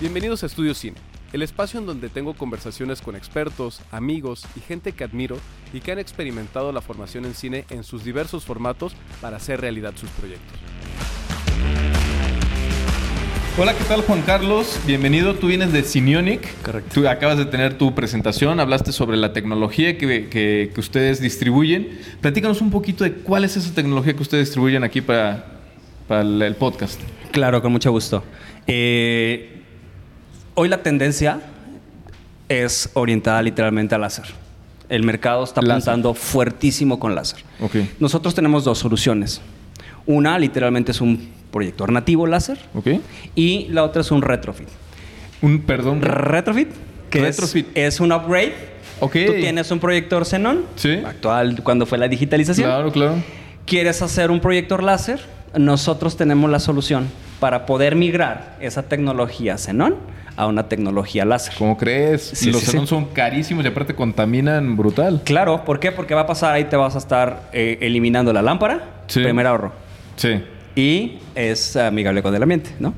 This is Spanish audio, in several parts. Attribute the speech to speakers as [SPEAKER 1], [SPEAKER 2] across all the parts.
[SPEAKER 1] Bienvenidos a Estudio Cine, el espacio en donde tengo conversaciones con expertos, amigos y gente que admiro y que han experimentado la formación en cine en sus diversos formatos para hacer realidad sus proyectos.
[SPEAKER 2] Hola, ¿qué tal Juan Carlos? Bienvenido, tú vienes de Cinionic.
[SPEAKER 3] Correcto.
[SPEAKER 2] Tú acabas de tener tu presentación, hablaste sobre la tecnología que, que- que ustedes distribuyen. Platícanos un poquito de cuál es esa tecnología que ustedes distribuyen aquí para, para el, el podcast.
[SPEAKER 3] Claro, con mucho gusto. Eh, hoy la tendencia es orientada literalmente al láser. El mercado está
[SPEAKER 2] Láser.
[SPEAKER 3] apuntando fuertísimo con láser.
[SPEAKER 2] Ok,
[SPEAKER 3] Nosotros tenemos dos soluciones. Una literalmente es un proyector nativo láser
[SPEAKER 2] ok.
[SPEAKER 3] y la otra es un retrofit.
[SPEAKER 2] Un perdón.
[SPEAKER 3] Retrofit, que es-
[SPEAKER 2] Retrofit.
[SPEAKER 3] Es, un upgrade.
[SPEAKER 2] Ok.
[SPEAKER 3] Tú tienes un proyector Xenon,
[SPEAKER 2] Sí.
[SPEAKER 3] actual cuando fue la digitalización.
[SPEAKER 2] Claro, claro.
[SPEAKER 3] ¿Quieres hacer un proyector láser? Nosotros tenemos la solución para poder migrar esa tecnología xenón a una tecnología láser.
[SPEAKER 2] ¿Cómo crees?
[SPEAKER 3] Sí,
[SPEAKER 2] Los
[SPEAKER 3] sí, sí.
[SPEAKER 2] xenón son carísimos y aparte contaminan brutal.
[SPEAKER 3] Claro, ¿por qué? Porque va a pasar ahí, te vas a estar eh, eliminando la lámpara,
[SPEAKER 2] Sí.
[SPEAKER 3] primer ahorro,
[SPEAKER 2] Sí.
[SPEAKER 3] y es amigable con el ambiente, ¿no?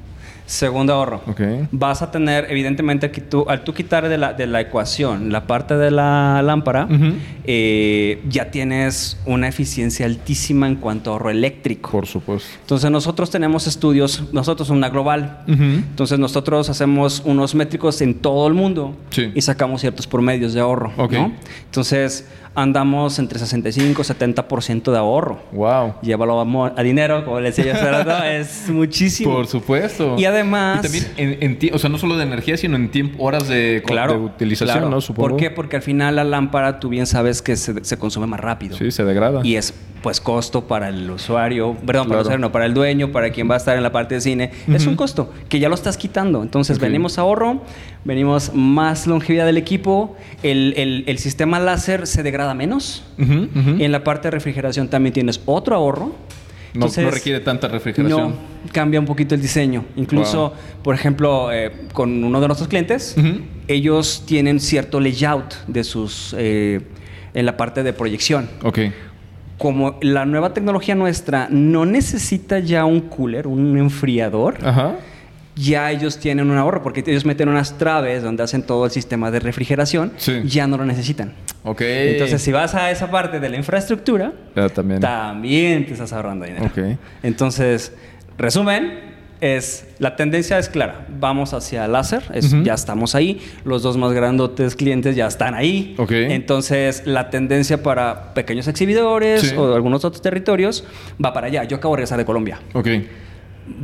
[SPEAKER 3] Segundo ahorro,
[SPEAKER 2] Ok.
[SPEAKER 3] vas a tener, evidentemente, que tú- al tú quitar de la, de la ecuación la parte de la lámpara,
[SPEAKER 2] Ujú.
[SPEAKER 3] eh, ya tienes una eficiencia altísima en cuanto a ahorro eléctrico.
[SPEAKER 2] Por supuesto.
[SPEAKER 3] Entonces nosotros tenemos estudios, nosotros somos una global. Entonces nosotros hacemos unos métricos en todo el mundo
[SPEAKER 2] Sí.
[SPEAKER 3] y sacamos ciertos promedios de ahorro.
[SPEAKER 2] Ok.
[SPEAKER 3] ¿no? Entonces andamos entre 65 y 70% de ahorro.
[SPEAKER 2] Wow.
[SPEAKER 3] Llévalo a, mo- a dinero, como le decía yo hace rato, es muchísimo.
[SPEAKER 2] Por supuesto.
[SPEAKER 3] Y además-
[SPEAKER 2] Y también, en, en ti- o sea, no solo de energía, sino en tiempo, horas de,
[SPEAKER 3] Claro,
[SPEAKER 2] de utilización,
[SPEAKER 3] claro.
[SPEAKER 2] ¿no? Supongo.
[SPEAKER 3] ¿Por qué? Porque al final la lámpara, tú bien sabes que se, se consume más rápido.
[SPEAKER 2] Sí, se degrada.
[SPEAKER 3] Y es pues costo para el usuario, perdón, para el
[SPEAKER 2] Claro.
[SPEAKER 3] usuario, no, para el dueño, para quien va a estar en la parte de cine. Es un costo que ya lo estás quitando. Entonces
[SPEAKER 2] Ok.
[SPEAKER 3] venimos ahorro, venimos más longevidad del equipo, el, el- el sistema láser se degrada menos.
[SPEAKER 2] Ujú, ujú.
[SPEAKER 3] En la parte de refrigeración también tienes otro ahorro.
[SPEAKER 2] no,
[SPEAKER 3] Entonces,
[SPEAKER 2] no requiere tanta refrigeración.
[SPEAKER 3] No, cambia un poquito el diseño. Incluso,
[SPEAKER 2] Wow.
[SPEAKER 3] por ejemplo, eh, con uno de nuestros clientes,
[SPEAKER 2] Ujú.
[SPEAKER 3] ellos tienen cierto layout de sus eh, en la parte de proyección.
[SPEAKER 2] Ok.
[SPEAKER 3] Como la nueva tecnología nuestra no necesita ya un cooler, un enfriador,
[SPEAKER 2] Ajá.
[SPEAKER 3] ya ellos tienen un ahorro porque ellos meten unas traves donde hacen todo el sistema de refrigeración,
[SPEAKER 2] Sí.
[SPEAKER 3] ya no lo necesitan.
[SPEAKER 2] Ok.
[SPEAKER 3] Entonces, si vas a esa parte de la infraestructura,
[SPEAKER 2] Ya también.
[SPEAKER 3] también te estás ahorrando dinero.
[SPEAKER 2] Ok.
[SPEAKER 3] Entonces, resumen, es la tendencia es clara. Vamos hacia láser, es-
[SPEAKER 2] Ujú.
[SPEAKER 3] ya estamos ahí. Los dos más grandotes clientes ya están ahí.
[SPEAKER 2] Ok.
[SPEAKER 3] Entonces, la tendencia para pequeños exhibidores
[SPEAKER 2] Sí.
[SPEAKER 3] o algunos otros territorios va para allá. Yo acabo de regresar de Colombia.
[SPEAKER 2] Ok.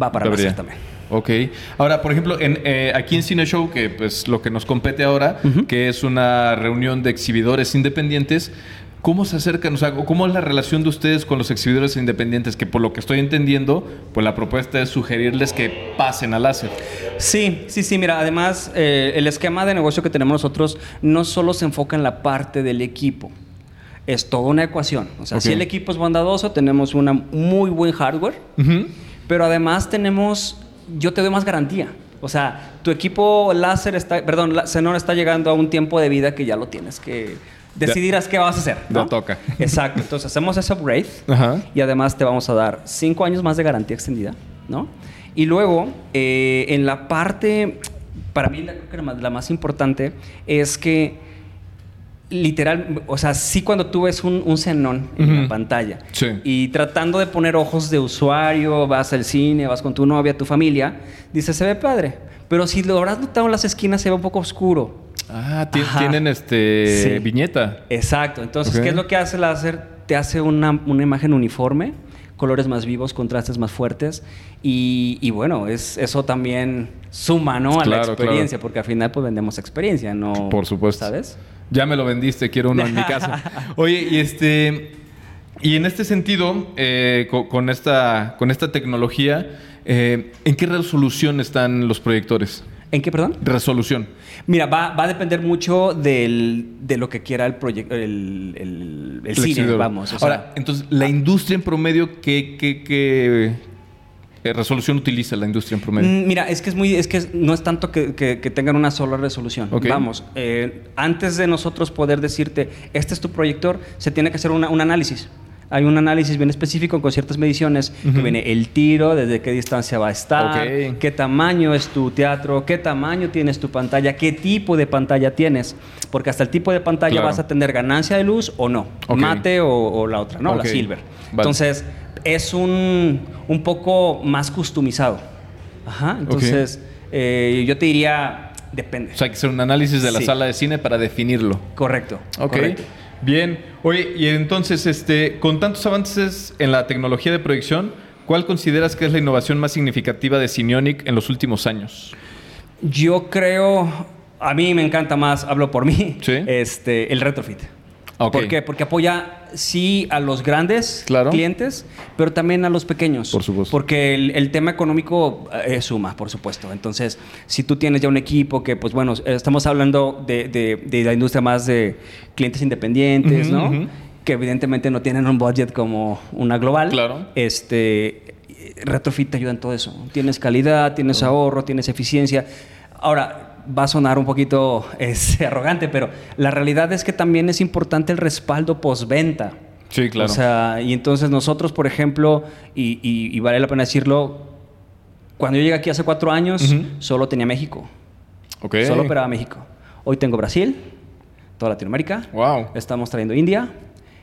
[SPEAKER 3] Va para
[SPEAKER 2] Debería.
[SPEAKER 3] láser también.
[SPEAKER 2] Ok. Ahora, por ejemplo, en, eh, aquí en Cine Show, que pues lo que nos compete ahora,
[SPEAKER 3] Ujú.
[SPEAKER 2] que es una reunión de exhibidores independientes, ¿cómo se acercan? O sea, ¿cómo es la relación de ustedes con los exhibidores independientes? Que por lo que estoy entendiendo, pues la propuesta es sugerirles que pasen al láser.
[SPEAKER 3] Sí, sí, sí, mira, además eh, el esquema de negocio que tenemos nosotros no solo se enfoca en la parte del equipo, es toda una ecuación. O sea,
[SPEAKER 2] Ok.
[SPEAKER 3] si el equipo es bondadoso, tenemos una muy buen hardware, pero además tenemos, yo te doy más garantía. O sea, tu equipo láser está, perdón, la- Xenon está llegando a un tiempo de vida que ya lo tienes que decidirás qué vas a hacer.
[SPEAKER 2] Ya
[SPEAKER 3] ¿no?
[SPEAKER 2] toca.
[SPEAKER 3] Exacto. Entonces hacemos ese upgrade.
[SPEAKER 2] Ajá.
[SPEAKER 3] Y además te vamos a dar cinco años más de garantía extendida, ¿no? Y luego, eh, en la parte, para mí la, creo que la más- la más importante es que literal, o sea, sí cuando tú ves un, un cenón en
[SPEAKER 2] Ujú.
[SPEAKER 3] la pantalla
[SPEAKER 2] Sí.
[SPEAKER 3] y tratando de poner ojos de usuario, vas al cine, vas con tu novia, tu familia, dices, se ve padre. Pero si lo habrás notado en las esquinas, se ve un poco oscuro.
[SPEAKER 2] Ah, ti-
[SPEAKER 3] Ajá.
[SPEAKER 2] tienen este
[SPEAKER 3] Sí.
[SPEAKER 2] viñeta.
[SPEAKER 3] Exacto. Entonces,
[SPEAKER 2] Ok.
[SPEAKER 3] ¿qué es lo que hace el láser? Te hace una, una imagen uniforme, colores más vivos, contrastes más fuertes. Y, y bueno, es, eso también suma, ¿no? A la
[SPEAKER 2] Claro,
[SPEAKER 3] experiencia,
[SPEAKER 2] claro.
[SPEAKER 3] porque al final pues vendemos experiencia, ¿no?
[SPEAKER 2] Por supuesto.
[SPEAKER 3] ¿Sabes?
[SPEAKER 2] Ya me lo vendiste, quiero uno en mi casa. Oye, y este. Y en este sentido, eh, co- con, esta, con esta tecnología, eh, ¿en qué resolución están los proyectores?
[SPEAKER 3] ¿En qué, perdón?
[SPEAKER 2] Resolución.
[SPEAKER 3] Mira, va, va a depender mucho del, de lo que quiera el proyecto, el, el- el cine,
[SPEAKER 2] Exhibidor.
[SPEAKER 3] vamos. o sea. Ah.
[SPEAKER 2] Ahora, entonces, la industria en promedio, ¿qué, qué, qué, eh, resolución utiliza la industria en promedio?
[SPEAKER 3] Mm, Mira, es que es muy, es que es- no es tanto que, que- que tengan una sola resolución.
[SPEAKER 2] Ok.
[SPEAKER 3] Vamos, eh, antes de nosotros poder decirte, este es tu proyector, se tiene que hacer una- un análisis. Hay un análisis bien específico con ciertas mediciones que
[SPEAKER 2] Ujú.
[SPEAKER 3] viene el tiro, desde qué distancia va a estar,
[SPEAKER 2] Ok.
[SPEAKER 3] qué tamaño es tu teatro, qué tamaño tienes tu pantalla, qué tipo de pantalla tienes, porque hasta el tipo de pantalla
[SPEAKER 2] Claro.
[SPEAKER 3] vas a tener ganancia de luz o no,
[SPEAKER 2] Ok.
[SPEAKER 3] mate o, o la otra, ¿no?
[SPEAKER 2] Ok.
[SPEAKER 3] La silver.
[SPEAKER 2] Vale.
[SPEAKER 3] Entonces, es un, un poco más customizado. Ajá, entonces eh, yo te diría, depende.
[SPEAKER 2] O sea, hay que hacer un análisis de la
[SPEAKER 3] Sí.
[SPEAKER 2] sala de cine para definirlo.
[SPEAKER 3] correcto.
[SPEAKER 2] Ok.
[SPEAKER 3] correcto.
[SPEAKER 2] Bien. Oye, y entonces, este, con tantos avances en la tecnología de proyección, ¿cuál consideras que es la innovación más significativa de Simionic en los últimos años?
[SPEAKER 3] Yo creo, a mí me encanta más, hablo por mí,
[SPEAKER 2] Sí.
[SPEAKER 3] este, el retrofit.
[SPEAKER 2] Ok.
[SPEAKER 3] ¿Por qué? Porque apoya sí a los grandes
[SPEAKER 2] Claro.
[SPEAKER 3] clientes, pero también a los pequeños.
[SPEAKER 2] Por supuesto.
[SPEAKER 3] Porque el, el tema económico eh, suma, por supuesto. Entonces, si tú tienes ya un equipo que, pues bueno, eh, estamos hablando de, de- de la industria más de clientes independientes,
[SPEAKER 2] Ujú,
[SPEAKER 3] ¿no?
[SPEAKER 2] ujú.
[SPEAKER 3] Que evidentemente no tienen un budget como una global.
[SPEAKER 2] Claro.
[SPEAKER 3] Este, Retrofit te ayuda en todo eso. Tienes calidad, tienes ahorro, tienes eficiencia. Ahora, va a sonar un poquito este, arrogante, pero la realidad es que también es importante el respaldo postventa.
[SPEAKER 2] Sí, claro.
[SPEAKER 3] O sea, y entonces nosotros, por ejemplo, y, y- y vale la pena decirlo, cuando yo llegué aquí hace cuatro años,
[SPEAKER 2] Ujú.
[SPEAKER 3] solo tenía México.
[SPEAKER 2] Ok.
[SPEAKER 3] Solo operaba México. Hoy tengo Brasil, toda Latinoamérica.
[SPEAKER 2] Wow.
[SPEAKER 3] Estamos trayendo India,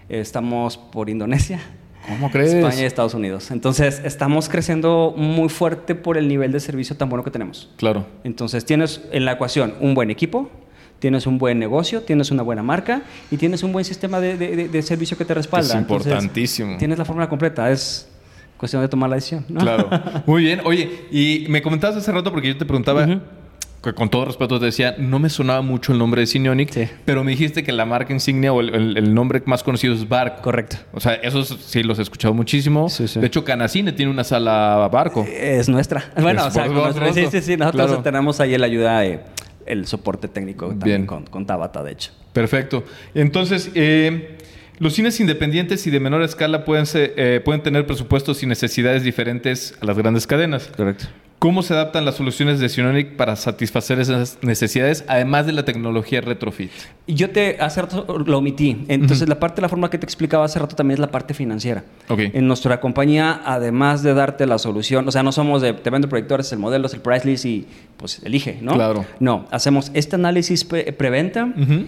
[SPEAKER 3] estamos por Indonesia.
[SPEAKER 2] ¿Cómo crees?
[SPEAKER 3] España y Estados Unidos. Entonces, estamos creciendo muy fuerte por el nivel de servicio tan bueno que tenemos.
[SPEAKER 2] Claro.
[SPEAKER 3] Entonces, tienes en la ecuación un buen equipo, tienes un buen negocio, tienes una buena marca y tienes un buen sistema de, de- de- de servicio que te respalda.
[SPEAKER 2] Es
[SPEAKER 3] Entonces,
[SPEAKER 2] importantísimo.
[SPEAKER 3] tienes la fórmula completa, es cuestión de tomar la decisión. ¿no?
[SPEAKER 2] Claro. Muy bien. Oye, y me comentabas hace rato porque yo te preguntaba,
[SPEAKER 3] Ujú.
[SPEAKER 2] que con todo respeto te decía, no me sonaba mucho el nombre de Sinionic,
[SPEAKER 3] Sí.
[SPEAKER 2] pero me dijiste que la marca insignia o el, el- el nombre más conocido es Barco.
[SPEAKER 3] Correcto.
[SPEAKER 2] O sea, esos sí los he escuchado muchísimo.
[SPEAKER 3] Sí, sí.
[SPEAKER 2] De hecho, Canacine tiene una sala barco.
[SPEAKER 3] Es nuestra. Bueno,
[SPEAKER 2] Es
[SPEAKER 3] o sea,
[SPEAKER 2] por
[SPEAKER 3] con nuestra- sí,
[SPEAKER 2] supuesto.
[SPEAKER 3] sí, sí, nosotros
[SPEAKER 2] Claro.
[SPEAKER 3] tenemos ahí la ayuda de el soporte técnico
[SPEAKER 2] Bien.
[SPEAKER 3] también con, con Tabata, de hecho.
[SPEAKER 2] Perfecto. Entonces, eh, los cines independientes y de menor escala pueden, ser- eh, pueden tener presupuestos y necesidades diferentes a las grandes cadenas.
[SPEAKER 3] Correcto.
[SPEAKER 2] ¿Cómo se adaptan las soluciones de Synonic para satisfacer esas necesidades, además de la tecnología retrofit?
[SPEAKER 3] Y Yo te hace rato lo omití. Entonces, la parte de la forma que te explicaba hace rato también es la parte financiera.
[SPEAKER 2] Ok.
[SPEAKER 3] En nuestra compañía, además de darte la solución, o sea, no somos de te vendo proyectores, el modelo es el price list y pues elige, ¿no?
[SPEAKER 2] Claro.
[SPEAKER 3] No, hacemos este análisis pre- preventa, eh,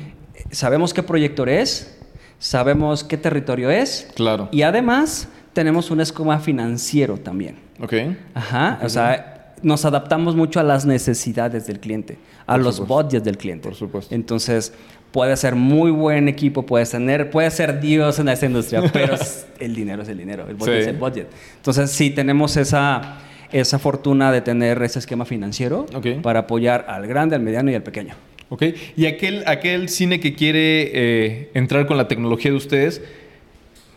[SPEAKER 3] sabemos qué proyector es, sabemos qué territorio es
[SPEAKER 2] Claro.
[SPEAKER 3] y además tenemos un esquema financiero también.
[SPEAKER 2] Ok.
[SPEAKER 3] Ajá, o sea, nos adaptamos mucho a las necesidades del cliente, a los budgets del cliente.
[SPEAKER 2] Por supuesto.
[SPEAKER 3] Entonces, puedes ser muy buen equipo, puedes tener, puedes ser Dios en esta industria, pero es- el dinero es el dinero, el budget
[SPEAKER 2] Sí.
[SPEAKER 3] es el budget. Entonces, sí, tenemos esa, esa fortuna de tener ese esquema financiero
[SPEAKER 2] Ok.
[SPEAKER 3] para apoyar al grande, al mediano y al pequeño.
[SPEAKER 2] Ok. Y aquel, aquel cine que quiere eh, entrar con la tecnología de ustedes,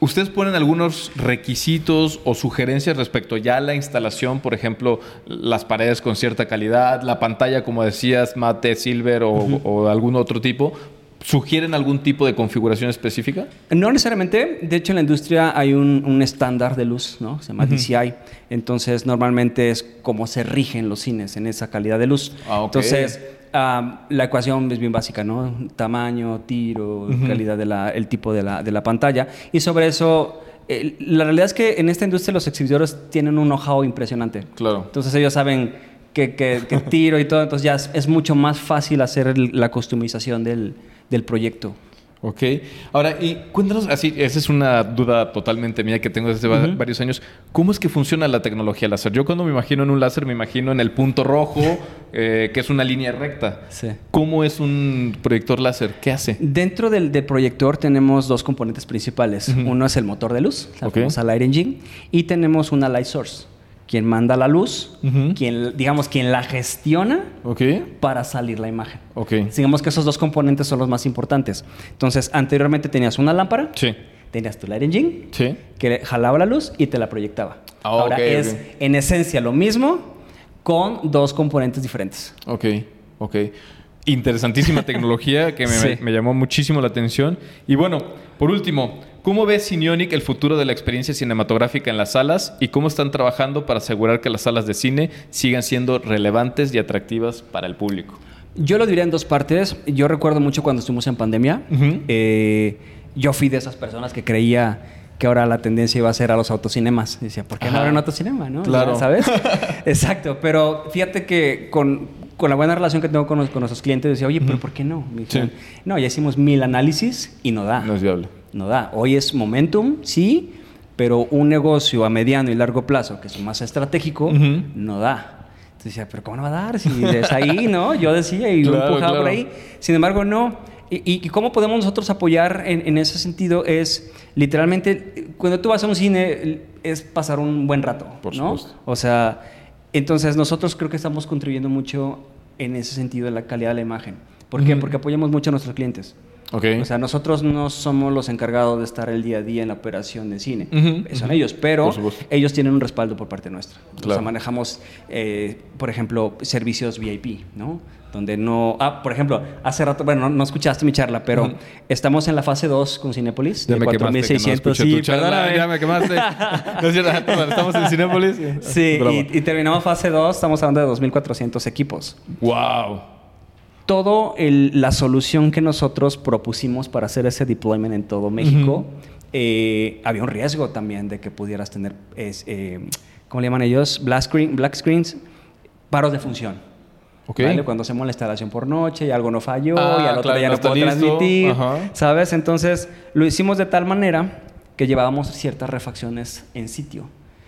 [SPEAKER 2] ¿ustedes ponen algunos requisitos o sugerencias respecto ya a la instalación? Por ejemplo, las paredes con cierta calidad, la pantalla, como decías, mate, silver o, o algún otro tipo. ¿Sugieren algún tipo de configuración específica?
[SPEAKER 3] No necesariamente. De hecho, en la industria hay un, un estándar de luz, ¿no? Se llama DCI. Entonces, normalmente es como se rigen los cines en esa calidad de luz.
[SPEAKER 2] Ah, ok.
[SPEAKER 3] Entonces, ah, la ecuación es bien básica, ¿no? Tamaño, tiro, calidad del tipo de la, de la pantalla. Y sobre eso, eh, la realidad es que en esta industria los exhibidores tienen un know-how impresionante.
[SPEAKER 2] Claro.
[SPEAKER 3] Entonces ellos saben que, que- que tiro y todo, entonces ya es, es mucho más fácil hacer el- la customización del, del proyecto.
[SPEAKER 2] Ok. Ahora, y cuéntanos, así, esa es una duda totalmente mía que tengo desde va- varios años. ¿Cómo es que funciona la tecnología láser? Yo cuando me imagino en un láser, me imagino en el punto rojo, eh, que es una línea recta.
[SPEAKER 3] Sí.
[SPEAKER 2] ¿Cómo es un proyector láser? ¿Qué hace?
[SPEAKER 3] Dentro del, del proyector tenemos dos componentes principales. Uno es el motor de luz, la
[SPEAKER 2] Ok.
[SPEAKER 3] famosa light engine, y tenemos una light source, quien manda la luz,
[SPEAKER 2] Ujú.
[SPEAKER 3] quien, digamos, quien la gestiona
[SPEAKER 2] Ok.
[SPEAKER 3] para salir la imagen.
[SPEAKER 2] Ok.
[SPEAKER 3] Digamos que esos dos componentes son los más importantes. Entonces, anteriormente tenías una lámpara,
[SPEAKER 2] Sí.
[SPEAKER 3] tenías tu light engine,
[SPEAKER 2] Sí.
[SPEAKER 3] que jalaba la luz y te la proyectaba.
[SPEAKER 2] Ah,
[SPEAKER 3] Ahora
[SPEAKER 2] ok,
[SPEAKER 3] es,
[SPEAKER 2] ok.
[SPEAKER 3] en esencia, lo mismo con dos componentes diferentes.
[SPEAKER 2] Ok. Ok. Interesantísima tecnología que me,
[SPEAKER 3] Sí.
[SPEAKER 2] me llamó muchísimo la atención. Y bueno, por último, ¿cómo ve Cinionic el futuro de la experiencia cinematográfica en las salas y cómo están trabajando para asegurar que las salas de cine sigan siendo relevantes y atractivas para el público?
[SPEAKER 3] Yo lo diría en dos partes. Yo recuerdo mucho cuando estuvimos en pandemia.
[SPEAKER 2] Ujú.
[SPEAKER 3] eh, yo fui de esas personas que creía que ahora la tendencia iba a ser a los autocinemas. Y decía, ¿por qué no
[SPEAKER 2] Ajá.
[SPEAKER 3] habrá un autocinema? ¿no?
[SPEAKER 2] Claro.
[SPEAKER 3] ¿Sabes? Exacto, pero fíjate que con, con la buena relación que tengo con, los- con nuestros clientes, decía, oye, pero ¿por qué no? Me dijeron, No, ya hicimos mil análisis y no da.
[SPEAKER 2] No es viable.
[SPEAKER 3] No da. Hoy es momentum, sí, pero un negocio a mediano y largo plazo, que es más estratégico,
[SPEAKER 2] Ujú.
[SPEAKER 3] no da. Entonces decía, pero ¿cómo no va a dar? Si es ahí, ¿no? Yo decía y lo
[SPEAKER 2] Claro,
[SPEAKER 3] empujaba por
[SPEAKER 2] claro.
[SPEAKER 3] ahí. Sin embargo, no. Y, y- y cómo podemos nosotros apoyar en, en ese sentido es literalmente, eh, cuando tú vas a un cine, l- es pasar un buen rato,
[SPEAKER 2] Por
[SPEAKER 3] ¿no?
[SPEAKER 2] supuesto.
[SPEAKER 3] O sea, entonces nosotros creo que estamos contribuyendo mucho en ese sentido de la calidad de la imagen. ¿Por qué?
[SPEAKER 2] Ujú.
[SPEAKER 3] Porque apoyamos mucho a nuestros clientes.
[SPEAKER 2] Ok.
[SPEAKER 3] O sea, nosotros no somos los encargados de estar el día a día en la operación de cine.
[SPEAKER 2] Ujú,
[SPEAKER 3] Son
[SPEAKER 2] ujú.
[SPEAKER 3] ellos, pero
[SPEAKER 2] Por supuesto.
[SPEAKER 3] ellos tienen un respaldo por parte nuestra. O
[SPEAKER 2] Claro.
[SPEAKER 3] sea, manejamos, eh, por ejemplo, servicios VIP, ¿no? Donde no... Ah, por ejemplo, hace rato, bueno, no, no escuchaste mi charla, pero
[SPEAKER 2] Ujú.
[SPEAKER 3] estamos en la fase 2 con Cinepolis.
[SPEAKER 2] ya me quemaste. que no
[SPEAKER 3] 4600.
[SPEAKER 2] escuché tu
[SPEAKER 3] sí,
[SPEAKER 2] charla.
[SPEAKER 3] perdóname.
[SPEAKER 2] ya me quemaste. no es cierto, perdón, estamos en Cinépolis.
[SPEAKER 3] Sí,
[SPEAKER 2] Bravo.
[SPEAKER 3] y, y terminamos fase 2, estamos hablando de 2400 equipos.
[SPEAKER 2] Wow.
[SPEAKER 3] todo el- la solución que nosotros propusimos para hacer ese deployment en todo México, eh, había un riesgo también de que pudieras tener, es, eh, ¿cómo le llaman ellos? Black, screen, black screens, paros de función.
[SPEAKER 2] Ok.
[SPEAKER 3] ¿vale? Cuando hacemos la instalación por noche y algo no falló
[SPEAKER 2] Ah,
[SPEAKER 3] y al otro
[SPEAKER 2] claro, no
[SPEAKER 3] día no,
[SPEAKER 2] está
[SPEAKER 3] puedo
[SPEAKER 2] listo.
[SPEAKER 3] transmitir,
[SPEAKER 2] Ajá.
[SPEAKER 3] ¿sabes? Entonces lo hicimos de tal manera que llevábamos ciertas refacciones en sitio.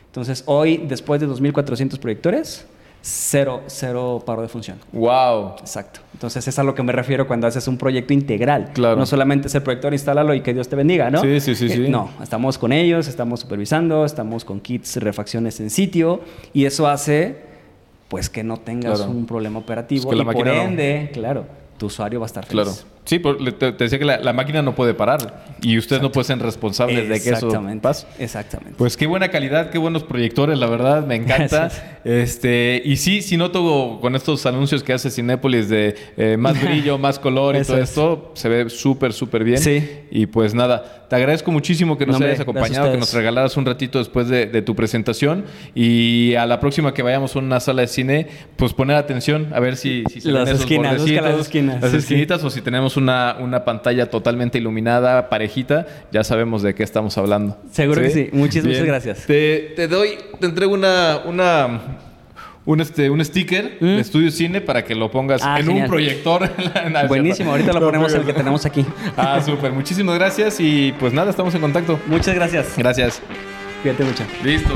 [SPEAKER 3] Entonces hoy, después de 2.400 proyectores, cero, cero paro de función.
[SPEAKER 2] Wow.
[SPEAKER 3] Exacto. Entonces es a lo que me refiero cuando haces un proyecto integral.
[SPEAKER 2] Claro.
[SPEAKER 3] No solamente es el proyector, instálalo y que Dios te bendiga, ¿no?
[SPEAKER 2] Sí, sí, sí,
[SPEAKER 3] Eh,
[SPEAKER 2] sí.
[SPEAKER 3] No, estamos con ellos, estamos supervisando, estamos con kits, refacciones en sitio y eso hace pues que no tengas
[SPEAKER 2] Claro.
[SPEAKER 3] un problema operativo
[SPEAKER 2] Pues que la
[SPEAKER 3] y por
[SPEAKER 2] máquina no.
[SPEAKER 3] ende, claro, tu usuario va a estar feliz.
[SPEAKER 2] Claro. Sí, por- le- te, te decía que la, la máquina no puede parar y ustedes no pueden ser responsables de que eso
[SPEAKER 3] Exactamente.
[SPEAKER 2] pase.
[SPEAKER 3] Exactamente.
[SPEAKER 2] Pues qué buena calidad, qué buenos proyectores, la verdad, me encanta.
[SPEAKER 3] Gracias.
[SPEAKER 2] Este, y sí, sí noto con estos anuncios que hace Cinépolis de eh, más brillo, más color y
[SPEAKER 3] Eso
[SPEAKER 2] todo
[SPEAKER 3] es.
[SPEAKER 2] esto, se ve súper, súper bien.
[SPEAKER 3] Sí.
[SPEAKER 2] Y pues nada, te agradezco muchísimo que nos
[SPEAKER 3] No, hombre,
[SPEAKER 2] hayas
[SPEAKER 3] gracias
[SPEAKER 2] acompañado,
[SPEAKER 3] a
[SPEAKER 2] que
[SPEAKER 3] ustedes.
[SPEAKER 2] nos regalaras un ratito después de, de tu presentación. Y a la próxima que vayamos a una sala de cine, pues poner atención a ver si, si se ven
[SPEAKER 3] Las
[SPEAKER 2] esos
[SPEAKER 3] esquinas, busca las
[SPEAKER 2] bordecitos,
[SPEAKER 3] esquinas,
[SPEAKER 2] Las
[SPEAKER 3] sí, sí.
[SPEAKER 2] esquinitas, o si tenemos una, una pantalla totalmente iluminada, parejita, ya sabemos de qué estamos hablando.
[SPEAKER 3] Seguro que sí. Muchísimas gracias.
[SPEAKER 2] Te, te doy, te entrego una, una, un, este, un sticker
[SPEAKER 3] ¿Mm?
[SPEAKER 2] de Estudio Cine para que lo pongas
[SPEAKER 3] Ah,
[SPEAKER 2] en un
[SPEAKER 3] genial.
[SPEAKER 2] proyector. Nada, es
[SPEAKER 3] Buenísimo,
[SPEAKER 2] cierto.
[SPEAKER 3] ahorita
[SPEAKER 2] No,
[SPEAKER 3] lo
[SPEAKER 2] pues,
[SPEAKER 3] ponemos el
[SPEAKER 2] pero-
[SPEAKER 3] que tenemos aquí.
[SPEAKER 2] Ah, súper. Muchísimas gracias y pues nada, estamos en contacto.
[SPEAKER 3] Muchas gracias.
[SPEAKER 2] Gracias.
[SPEAKER 3] Cuídate mucho.
[SPEAKER 2] Listo.